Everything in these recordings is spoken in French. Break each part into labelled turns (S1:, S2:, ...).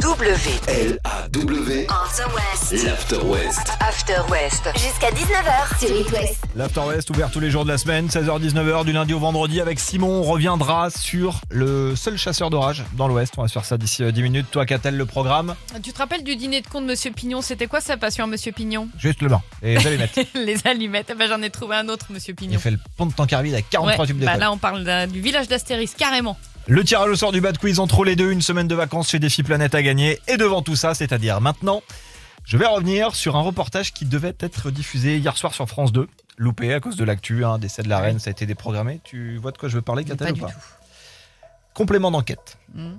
S1: W.
S2: L-A-W,
S1: After West.
S2: l'After West.
S1: After West. Jusqu'à 19h sur It West.
S3: L'After West ouvert tous les jours de la semaine, 16h-19h du lundi au vendredi avec Simon. On reviendra sur le seul chasseur d'orage dans l'Ouest. On va se faire ça d'ici euh, 10 minutes. Toi, qu'a-t-elle le programme
S4: Tu te rappelles du dîner de con de Monsieur Pignon C'était quoi sa passion, Monsieur Pignon
S3: Juste le bain et les allumettes.
S4: Les allumettes. Eh ben, J'en ai trouvé un autre, Monsieur
S3: Il
S4: Pignon.
S3: fait le pont de Tancarville à 43
S4: Ouais,
S3: tubes
S4: bah
S3: d'étoiles.
S4: là, on parle d'un- du village d'Astéris, carrément.
S3: Le tirage au sort du bad quiz entre les deux, une semaine de vacances chez Défi Planète à gagner. Et devant tout ça, c'est-à-dire maintenant, je vais revenir sur un reportage qui devait être diffusé hier soir sur France 2, loupé à cause de l'actu, hein, décès de la reine, ça a été déprogrammé. Tu vois de quoi je veux parler, Catel
S4: pas
S3: ou
S4: du
S3: pas
S4: tout.
S3: Complément d'enquête.
S4: Hmm.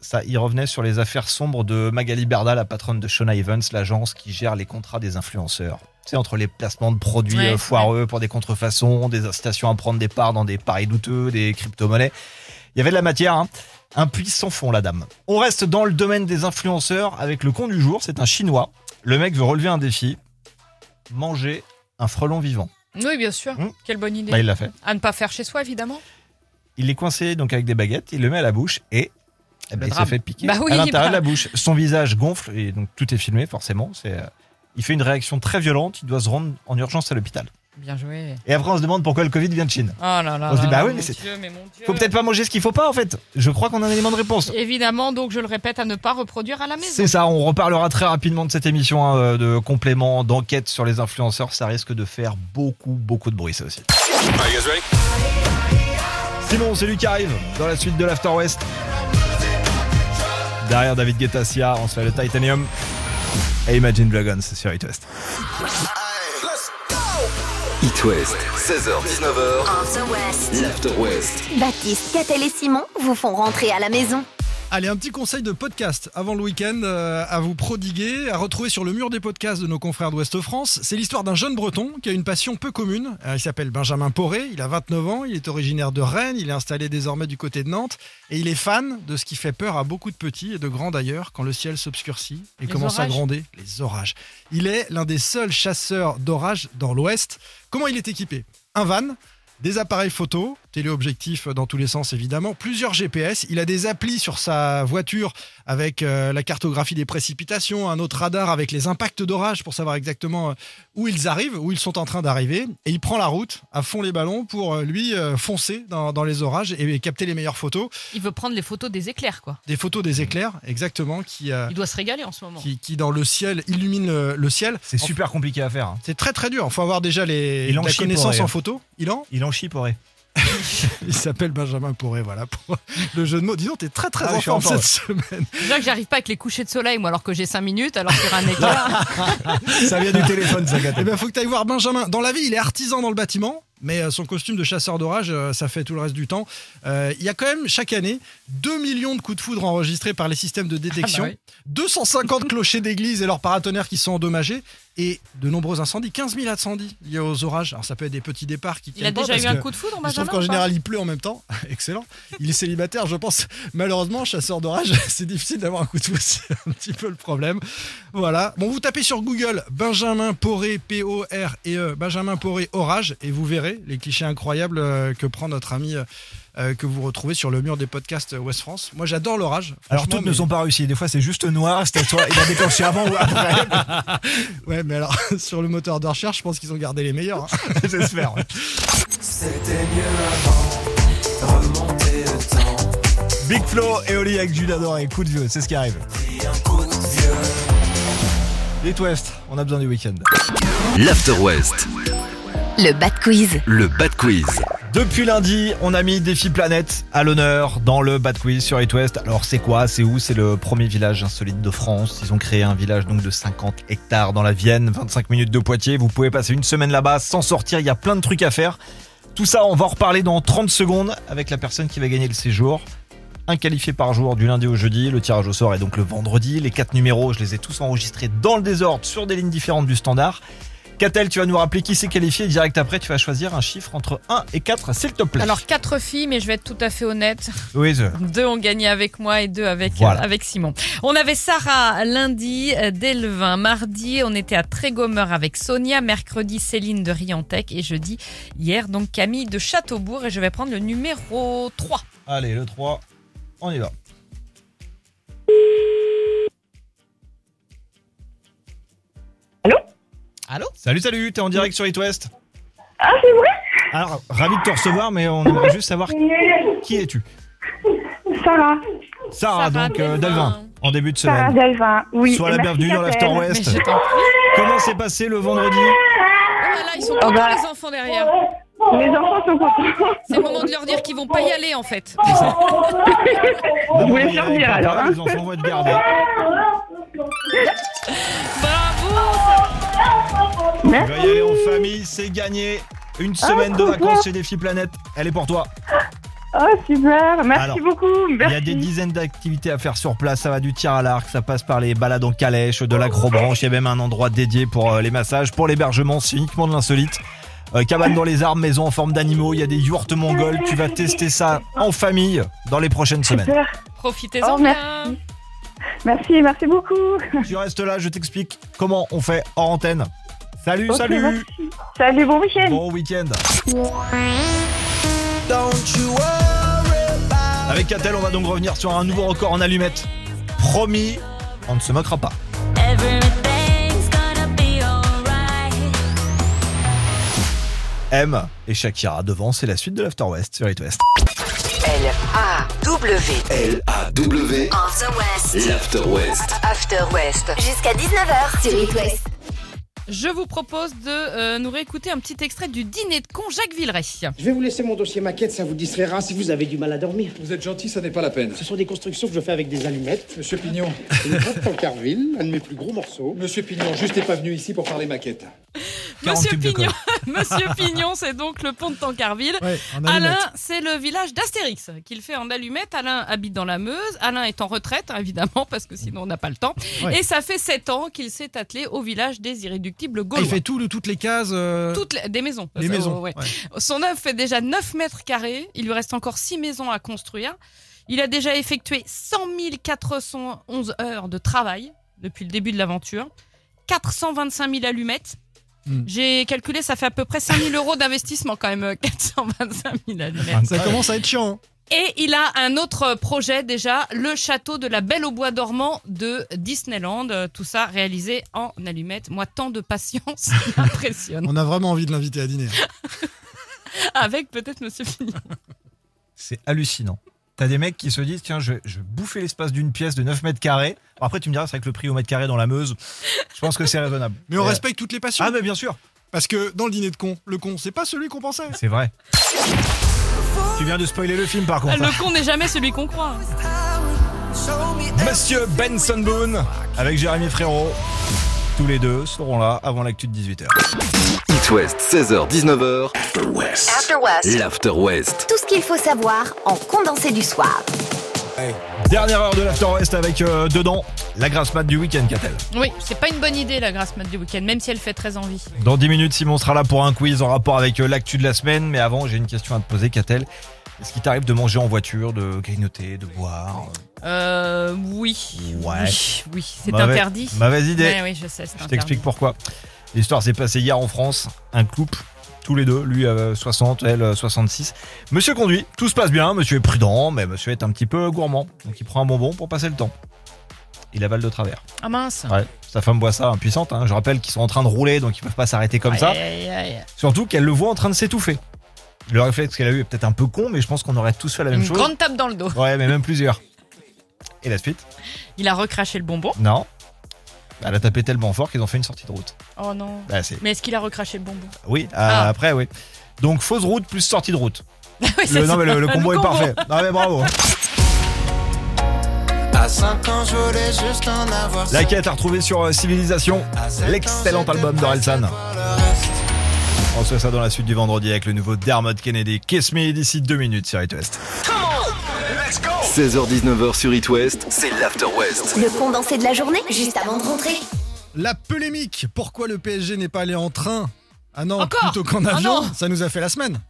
S3: Ça, il revenait sur les affaires sombres de Magali Berda, la patronne de Shona Evans, l'agence qui gère les contrats des influenceurs. C'est entre les placements de produits
S4: Ouais,
S3: euh, foireux pour des contrefaçons, des incitations à prendre des parts dans des paris douteux, des crypto-monnaies. Il y avait de la matière, hein. un puits sans fond, la dame. On reste dans le domaine des influenceurs avec le con du jour, c'est un chinois. Le mec veut relever un défi manger un frelon vivant.
S4: Oui, bien sûr.
S3: Hmm.
S4: Quelle bonne idée.
S3: Bah, il l'a fait.
S4: À ne pas faire chez soi, évidemment.
S3: Il est coincé donc avec des baguettes, il le met à la bouche et eh ben, il s'est
S4: drame.
S3: fait piquer
S4: Bah oui,
S3: à l'intérieur
S4: bah.
S3: de la bouche. Son visage gonfle et donc tout est filmé forcément. C'est, euh, il fait une réaction très violente, il doit se rendre en urgence à l'hôpital.
S4: Bien joué.
S3: Et après on se demande pourquoi le Covid vient de Chine.
S4: Oh là là.
S3: On se
S4: là
S3: dit,
S4: là,
S3: bah oui,
S4: mon
S3: mais c'est-
S4: Dieu, mais mon Dieu.
S3: Faut peut-être pas manger ce qu'il faut pas en fait. Je crois qu'on a un élément de réponse.
S4: Évidemment, donc je le répète, à ne pas reproduire à la maison.
S3: C'est ça, on reparlera très rapidement de cette émission hein, de complément, d'enquête sur les influenceurs. Ça risque de faire beaucoup, beaucoup de bruit, ça aussi. Simon, c'est lui qui arrive dans la suite de l'After West. Derrière David Guetta, Sia, on se fait le Titanium. Et Imagine Dragons sur It West.
S2: It West, 16h-19h,
S1: After West.
S2: l'After West.
S1: Baptiste, Catel et Simon vous font rentrer à la maison.
S5: Allez, un petit conseil de podcast avant le week-end euh, à vous prodiguer, à retrouver sur le mur des podcasts de nos confrères d'Ouest France. C'est l'histoire d'un jeune breton qui a une passion peu commune. Euh, il s'appelle Benjamin Poré, il a 29 ans, il est originaire de Rennes, il est installé désormais du côté de Nantes et il est fan de ce qui fait peur à beaucoup de petits et de grands d'ailleurs quand le ciel s'obscurcit et
S4: Les
S5: commence
S4: orages.
S5: à gronder, les orages. Il est l'un des seuls chasseurs d'orages dans l'Ouest. Comment il est équipé Un van, des appareils photo, téléobjectif dans tous les sens évidemment, plusieurs GPS, il a des applis sur sa voiture avec euh, la cartographie des précipitations, un autre radar avec les impacts d'orage pour savoir exactement euh, où ils arrivent, où ils sont en train d'arriver, et il prend la route à fond les ballons pour euh, lui euh, foncer dans, dans les orages et, et capter les meilleures photos,
S4: Il veut prendre les photos des éclairs, quoi.
S5: des photos des éclairs exactement qui, euh,
S4: Il doit se régaler en ce moment.
S5: qui, qui, dans le ciel illuminent le, le ciel.
S3: C'est super compliqué à faire. hein.
S5: C'est très très dur, il faut avoir déjà les,
S3: Il en
S5: la
S3: chie pour
S5: connaissance
S3: rien.
S5: en photo. Il en
S3: Il en chie, Poré.
S5: Il s'appelle Benjamin Pourré, voilà, pour le jeu de mots. Disons, t'es très très
S3: Ah oui,
S5: en
S3: je suis
S5: forme
S3: en forme,
S5: cette semaine.
S4: Déjà que j'arrive pas avec les couchers de soleil, moi, alors que j'ai 5 minutes, alors sur un éclair.
S3: Ça vient du téléphone, ça,
S5: Eh
S3: Gatel.
S5: ben, faut que t'ailles voir Benjamin. Dans la vie, il est artisan dans le bâtiment. Mais euh, son costume de chasseur d'orage, euh, ça fait tout le reste du temps. Euh, Il y a quand même chaque année 2 millions de coups de foudre enregistrés par les systèmes de détection,
S4: Ah bah oui.
S5: 250 clochers d'église et leurs paratonnerres qui sont endommagés, et de nombreux incendies, 15 000 incendies liés aux orages. Alors ça peut être des petits départs qui
S4: Il a
S5: tiennent pas
S4: déjà
S5: parce
S4: eu un
S5: que-
S4: coup de foudre,
S5: Il se trouve
S4: Benjamin
S5: qu'en
S4: Bah, ou pas
S5: général, il pleut en même temps. Excellent. Il est célibataire, je pense. Malheureusement, chasseur d'orage, c'est difficile d'avoir un coup de foudre. C'est un petit peu le problème. Voilà. Bon, vous tapez sur Google Benjamin Poré, P-O-R-E, E Benjamin Poré orage, et vous verrez les clichés incroyables euh, que prend notre ami euh, que vous retrouvez sur le mur des podcasts euh, West France. Moi, j'adore l'orage.
S3: Alors,
S5: Franchement,
S3: toutes ne
S5: mais-
S3: sont pas réussies. Des fois, c'est juste noir. C'était soit il a déclenché avant ou après.
S5: Ouais, mais alors, sur le moteur de recherche, je pense qu'ils ont gardé les meilleurs. hein.
S3: J'espère. Big Flo et Oli avec Judas Doré. Coup de vieux, c'est ce qui arrive. It West, on a besoin du week-end.
S2: L'After West,
S1: Le Bad Quiz.
S2: le Bad Quiz.
S3: Depuis lundi, on a mis Défi Planète à l'honneur dans le Bad Quiz sur It West. Alors c'est quoi C'est où C'est le premier village insolite de France. Ils ont créé un village donc de 50 hectares dans la Vienne, 25 minutes de Poitiers. Vous pouvez passer une semaine là-bas sans sortir. Il y a plein de trucs à faire. Tout ça, on va en reparler dans 30 secondes avec la personne qui va gagner le séjour. Un qualifié par jour du lundi au jeudi. Le tirage au sort est donc le vendredi. Les quatre numéros, je les ai tous enregistrés dans le désordre sur des lignes différentes du standard. Catel, tu vas nous rappeler qui s'est qualifié. et Direct après, tu vas choisir un chiffre entre 1 et 4, s'il te plaît.
S4: Alors, quatre filles, mais je vais être tout à fait honnête.
S3: oui, je-
S4: Deux ont gagné avec moi et deux avec,
S3: Voilà.
S4: euh, avec Simon. On avait Sarah lundi, euh, Delvin mardi, on était à Trégomer avec Sonia, mercredi Céline de Riantec et jeudi hier donc Camille de Châteaubourg et je vais prendre le numéro 3.
S3: Allez, le 3, on y va. Salut, salut, t'es en direct sur It West.
S6: Ah, c'est vrai
S3: Alors, ravi de te recevoir, mais on aimerait juste savoir qui es-tu.
S6: Sarah.
S4: Sarah
S3: Sarah, donc euh,
S4: Delvin.
S3: Delvin, en début de
S6: Sarah
S3: semaine.
S6: Delvin. Oui.
S3: Sois la
S6: merci
S3: bienvenue dans l'After
S6: d'appel.
S4: Mais
S3: West.
S4: je t'en prie.
S3: Comment s'est passé le vendredi
S4: Ah là là, ils sont contents,
S6: bah.
S4: les enfants derrière.
S6: Les enfants sont contents.
S4: C'est le moment de leur dire qu'ils vont pas y aller en fait.
S3: Vous
S6: voulez servir, alors, hein
S3: Les enfants vont être gardés.
S4: Bravo
S3: Tu vas y aller en famille, c'est gagné. Une semaine de
S6: trop
S3: vacances chez Défi Planète, elle est pour toi.
S6: Oh, super. Merci
S3: Alors,
S6: beaucoup.
S3: Il y
S6: Merci.
S3: a des dizaines d'activités à faire sur place. Ça va du tir à l'arc, ça passe par les balades en calèche, de l'agrobranche. Il y a même un endroit dédié pour euh, les massages. Pour l'hébergement, c'est uniquement de l'insolite. Euh, cabane dans les arbres, maison en forme d'animaux. Il y a des yurts mongols. Tu vas tester ça en famille dans les prochaines semaines.
S6: Super.
S4: Profitez-en
S6: Oh,
S4: bien.
S6: Merci, merci beaucoup.
S3: Tu restes là, je t'explique comment on fait hors antenne. Salut,
S6: Ok,
S3: salut.
S6: merci. Salut, bon week-end.
S3: Bon week-end. Avec Catel, on va donc revenir sur un nouveau record en allumettes. Promis, on ne se moquera pas.
S7: Everything's gonna be alright.
S3: M et Shakira devant, c'est la suite de l'After West sur It West.
S1: L-A-W.
S2: L-A-W,
S1: On the West.
S2: l'After West.
S1: After West. Jusqu'à 19h sur It West.
S4: Je vous propose de euh, nous réécouter un petit extrait du dîner de con Jacques Villeray.
S8: Je vais vous laisser mon dossier maquette, ça vous distraira si vous avez du mal à dormir.
S9: Vous êtes gentil, ça n'est pas la peine.
S8: Ce sont des constructions que je fais avec des allumettes.
S9: Monsieur Pignon,
S8: Une grosse Tancarville, un de mes plus gros morceaux.
S9: Monsieur Pignon, juste n'est pas venu ici pour parler maquette.
S3: 40
S4: Monsieur
S3: tubes de
S4: Pignon, Monsieur Pignon, c'est donc le pont de Tancarville.
S5: Ouais, en
S4: Alain,
S5: allumette.
S4: c'est le village d'Astérix qu'il fait en allumette. Alain habite dans la Meuse. Alain est en retraite, hein, évidemment, parce que sinon on n'a pas le temps.
S5: Ouais.
S4: Et ça fait 7 ans qu'il s'est attelé au village des irréductibles
S5: Ah,
S4: gaulois.
S5: il fait tout, le- toutes les cases. euh,
S4: Toutes les- des maisons.
S5: les
S4: Ça,
S5: maisons.
S4: ouais.
S5: ouais.
S4: Son œuvre fait déjà 9 mètres carrés. Il lui reste encore 6 maisons à construire. Il a déjà effectué 100 411 heures de travail depuis le début de l'aventure. 425 000 allumettes.
S5: Mm.
S4: J'ai calculé, ça fait à peu près 5 000 euros d'investissement quand même, euh, 425 000 allumettes.
S5: Ça commence à être chiant. hein.
S4: Et il a un autre projet déjà, le château de la Belle au Bois dormant de Disneyland. Euh, Tout ça réalisé en allumettes. Moi, tant de patience m'impressionne.
S5: On a vraiment envie de l'inviter à dîner.
S4: Avec peut-être Monsieur Fini.
S3: C'est hallucinant. T'as des mecs qui se disent tiens, je vais, je vais bouffer l'espace d'une pièce de 9 mètres carrés. Bon, Après, tu me diras, c'est vrai que le prix au mètre carré dans la Meuse, je pense que c'est raisonnable.
S5: Mais on
S3: Et, euh,
S5: respecte toutes les passions.
S3: Ah, mais bien sûr,
S5: Parce que dans le dîner de con, le con, c'est pas celui qu'on pensait.
S3: euh, c'est vrai. Tu viens de spoiler le film par contre. hein.
S4: Le con n'est jamais celui qu'on croit.
S3: Monsieur Benson Boone avec Jérémy Frérot. Tous les deux seront là avant l'actu de 18h.
S2: It West, 16h-19h. After
S1: After
S2: West.
S1: West.
S2: L'After West.
S1: Tout ce qu'il faut savoir en condensé du soir.
S3: Dernière heure de l'After West avec euh, dedans la grasse mat du week-end, qu'a-t-elle
S4: Oui, c'est pas une bonne idée la grasse mat du week-end, même si elle fait très envie.
S3: Dans 10 minutes, Simon sera là pour un quiz en rapport avec euh, l'actu de la semaine. Mais avant, j'ai une question à te poser, Catel. Est-ce qu'il t'arrive de manger en voiture, de grignoter, de boire
S4: Euh, oui.
S3: Ouais.
S4: Oui, oui, c'est
S3: Mauvais-
S4: interdit.
S3: Mauvaise idée.
S4: Ouais, oui, je sais, c'est
S3: Je
S4: interdit.
S3: t'explique pourquoi. L'histoire s'est passée hier en France. Un couple, tous les deux, lui euh, 60, elle euh, 66. Monsieur conduit, tout se passe bien, monsieur est prudent, mais monsieur est un petit peu gourmand. Donc il prend un bonbon pour passer le temps. Il avale de travers.
S4: Ah mince.
S3: Ouais, sa femme boit ça, impuissante. hein. Je rappelle qu'ils sont en train de rouler, donc ils peuvent pas s'arrêter comme
S4: Aïe,
S3: ça.
S4: aïe, aïe.
S3: Surtout qu'elle le voit en train de s'étouffer. Le réflexe qu'elle a eu est peut-être un peu con, mais je pense qu'on aurait tous fait la même
S4: Une
S3: chose.
S4: grande tape dans le dos.
S3: Ouais, mais même plusieurs. Et la suite
S4: Il a recraché le bonbon.
S3: Non. Bah, Elle a tapé tellement fort qu'ils ont fait une sortie de route.
S4: Oh non.
S3: Bah, c'est-
S4: Mais est-ce qu'il a recraché le bonbon
S3: Oui, euh,
S4: Ah.
S3: après, oui. Donc, fausse route plus sortie de route.
S4: Oui,
S3: Le,
S4: c'est
S3: non,
S4: ça.
S3: mais le, le combo est
S4: combo.
S3: parfait. Non, mais bravo.
S10: À 5 ans, je voulais juste en avoir
S3: La quête à retrouver sur euh, Civilisation, l'excellent album d'Orelsan. On se fait ça dans la suite du vendredi avec le nouveau Dermot Kennedy. Kiss Me d'ici deux minutes sur It West.
S2: 16h-19h sur It West, c'est l'After West.
S1: Le condensé de la journée, juste avant de rentrer.
S5: La polémique. Pourquoi le PSG n'est pas allé en train Ah non,
S4: Encore
S5: plutôt qu'en
S4: Ah
S5: avion.
S4: non. Ah
S5: ça nous a fait la semaine.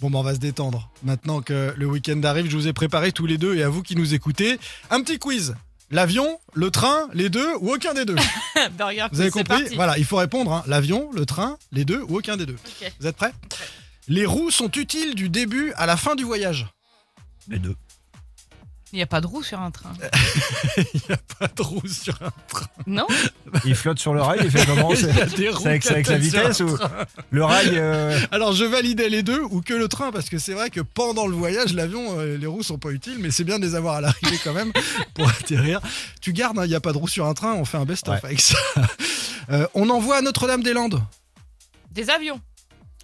S5: Bon, ben on va se détendre. Maintenant que le week-end arrive, je vous ai préparé tous les deux et à vous qui nous écoutez, un petit quiz. L'avion, le train, les deux ou aucun des deux
S4: Burger
S5: Vous avez
S4: King, c'est
S5: compris
S4: parti.
S5: Voilà, il faut répondre. hein. L'avion, le train, les deux ou aucun des deux.
S4: Ok.
S5: Vous êtes prêts Les roues sont utiles du début à la fin du voyage.
S3: Les deux.
S4: Il n'y a pas de roue sur un train.
S5: Il n'y a pas de roue sur un train.
S4: Non
S3: Il flotte sur le rail, il fait comment
S5: Il
S3: C'est
S5: y a des roues
S3: c'est avec, c'est avec la
S5: qui attendent
S3: vitesse
S5: sur un
S3: ou
S5: train.
S3: le rail euh,
S5: Alors je validais les deux ou que le train parce que c'est vrai que pendant le voyage l'avion euh, les roues sont pas utiles mais c'est bien de les avoir à l'arrivée quand même pour atterrir. Tu gardes, il n'y a pas de roues sur un train, on fait un best-of
S3: Ouais.
S5: avec ça. Euh, on envoie à Notre-Dame-des-Landes
S4: Des avions.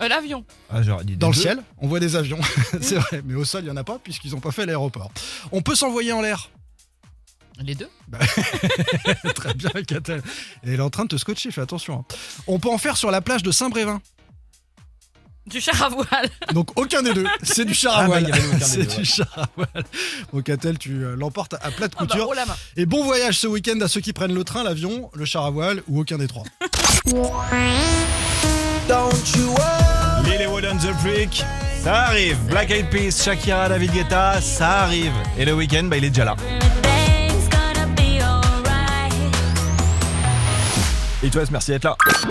S4: Euh, L'avion.
S3: ah, j'aurais dit des
S5: dans le
S3: deux.
S5: ciel, on voit des avions, c'est vrai, mais au sol il y en a pas puisqu'ils n'ont pas fait l'aéroport. On peut s'envoyer en l'air.
S4: Les deux.
S5: Très bien Catel. Et Elle est en train de te scotcher, fais attention. hein. On peut en faire sur la plage de Saint-Brévin.
S4: Du char à voile.
S5: Donc aucun des deux, c'est du char à
S3: Ah, bah, il
S5: voile.
S3: y avait aucun des
S5: c'est
S3: deux,
S5: du
S3: ouais.
S5: char à voile. Donc Attel, tu euh, l'emportes à plate
S4: Ah bah,
S5: couture.
S4: oh la main.
S5: Et bon voyage ce week-end à ceux qui prennent le train, l'avion, le char à voile ou aucun des trois.
S3: Lily Wood on the Brick, ça arrive. Black Eyed Peas, Shakira, David Guetta, ça arrive. Et le week-end, bah, il est déjà là.
S7: Everything's gonna be alright.
S3: Et toi, merci d'être là.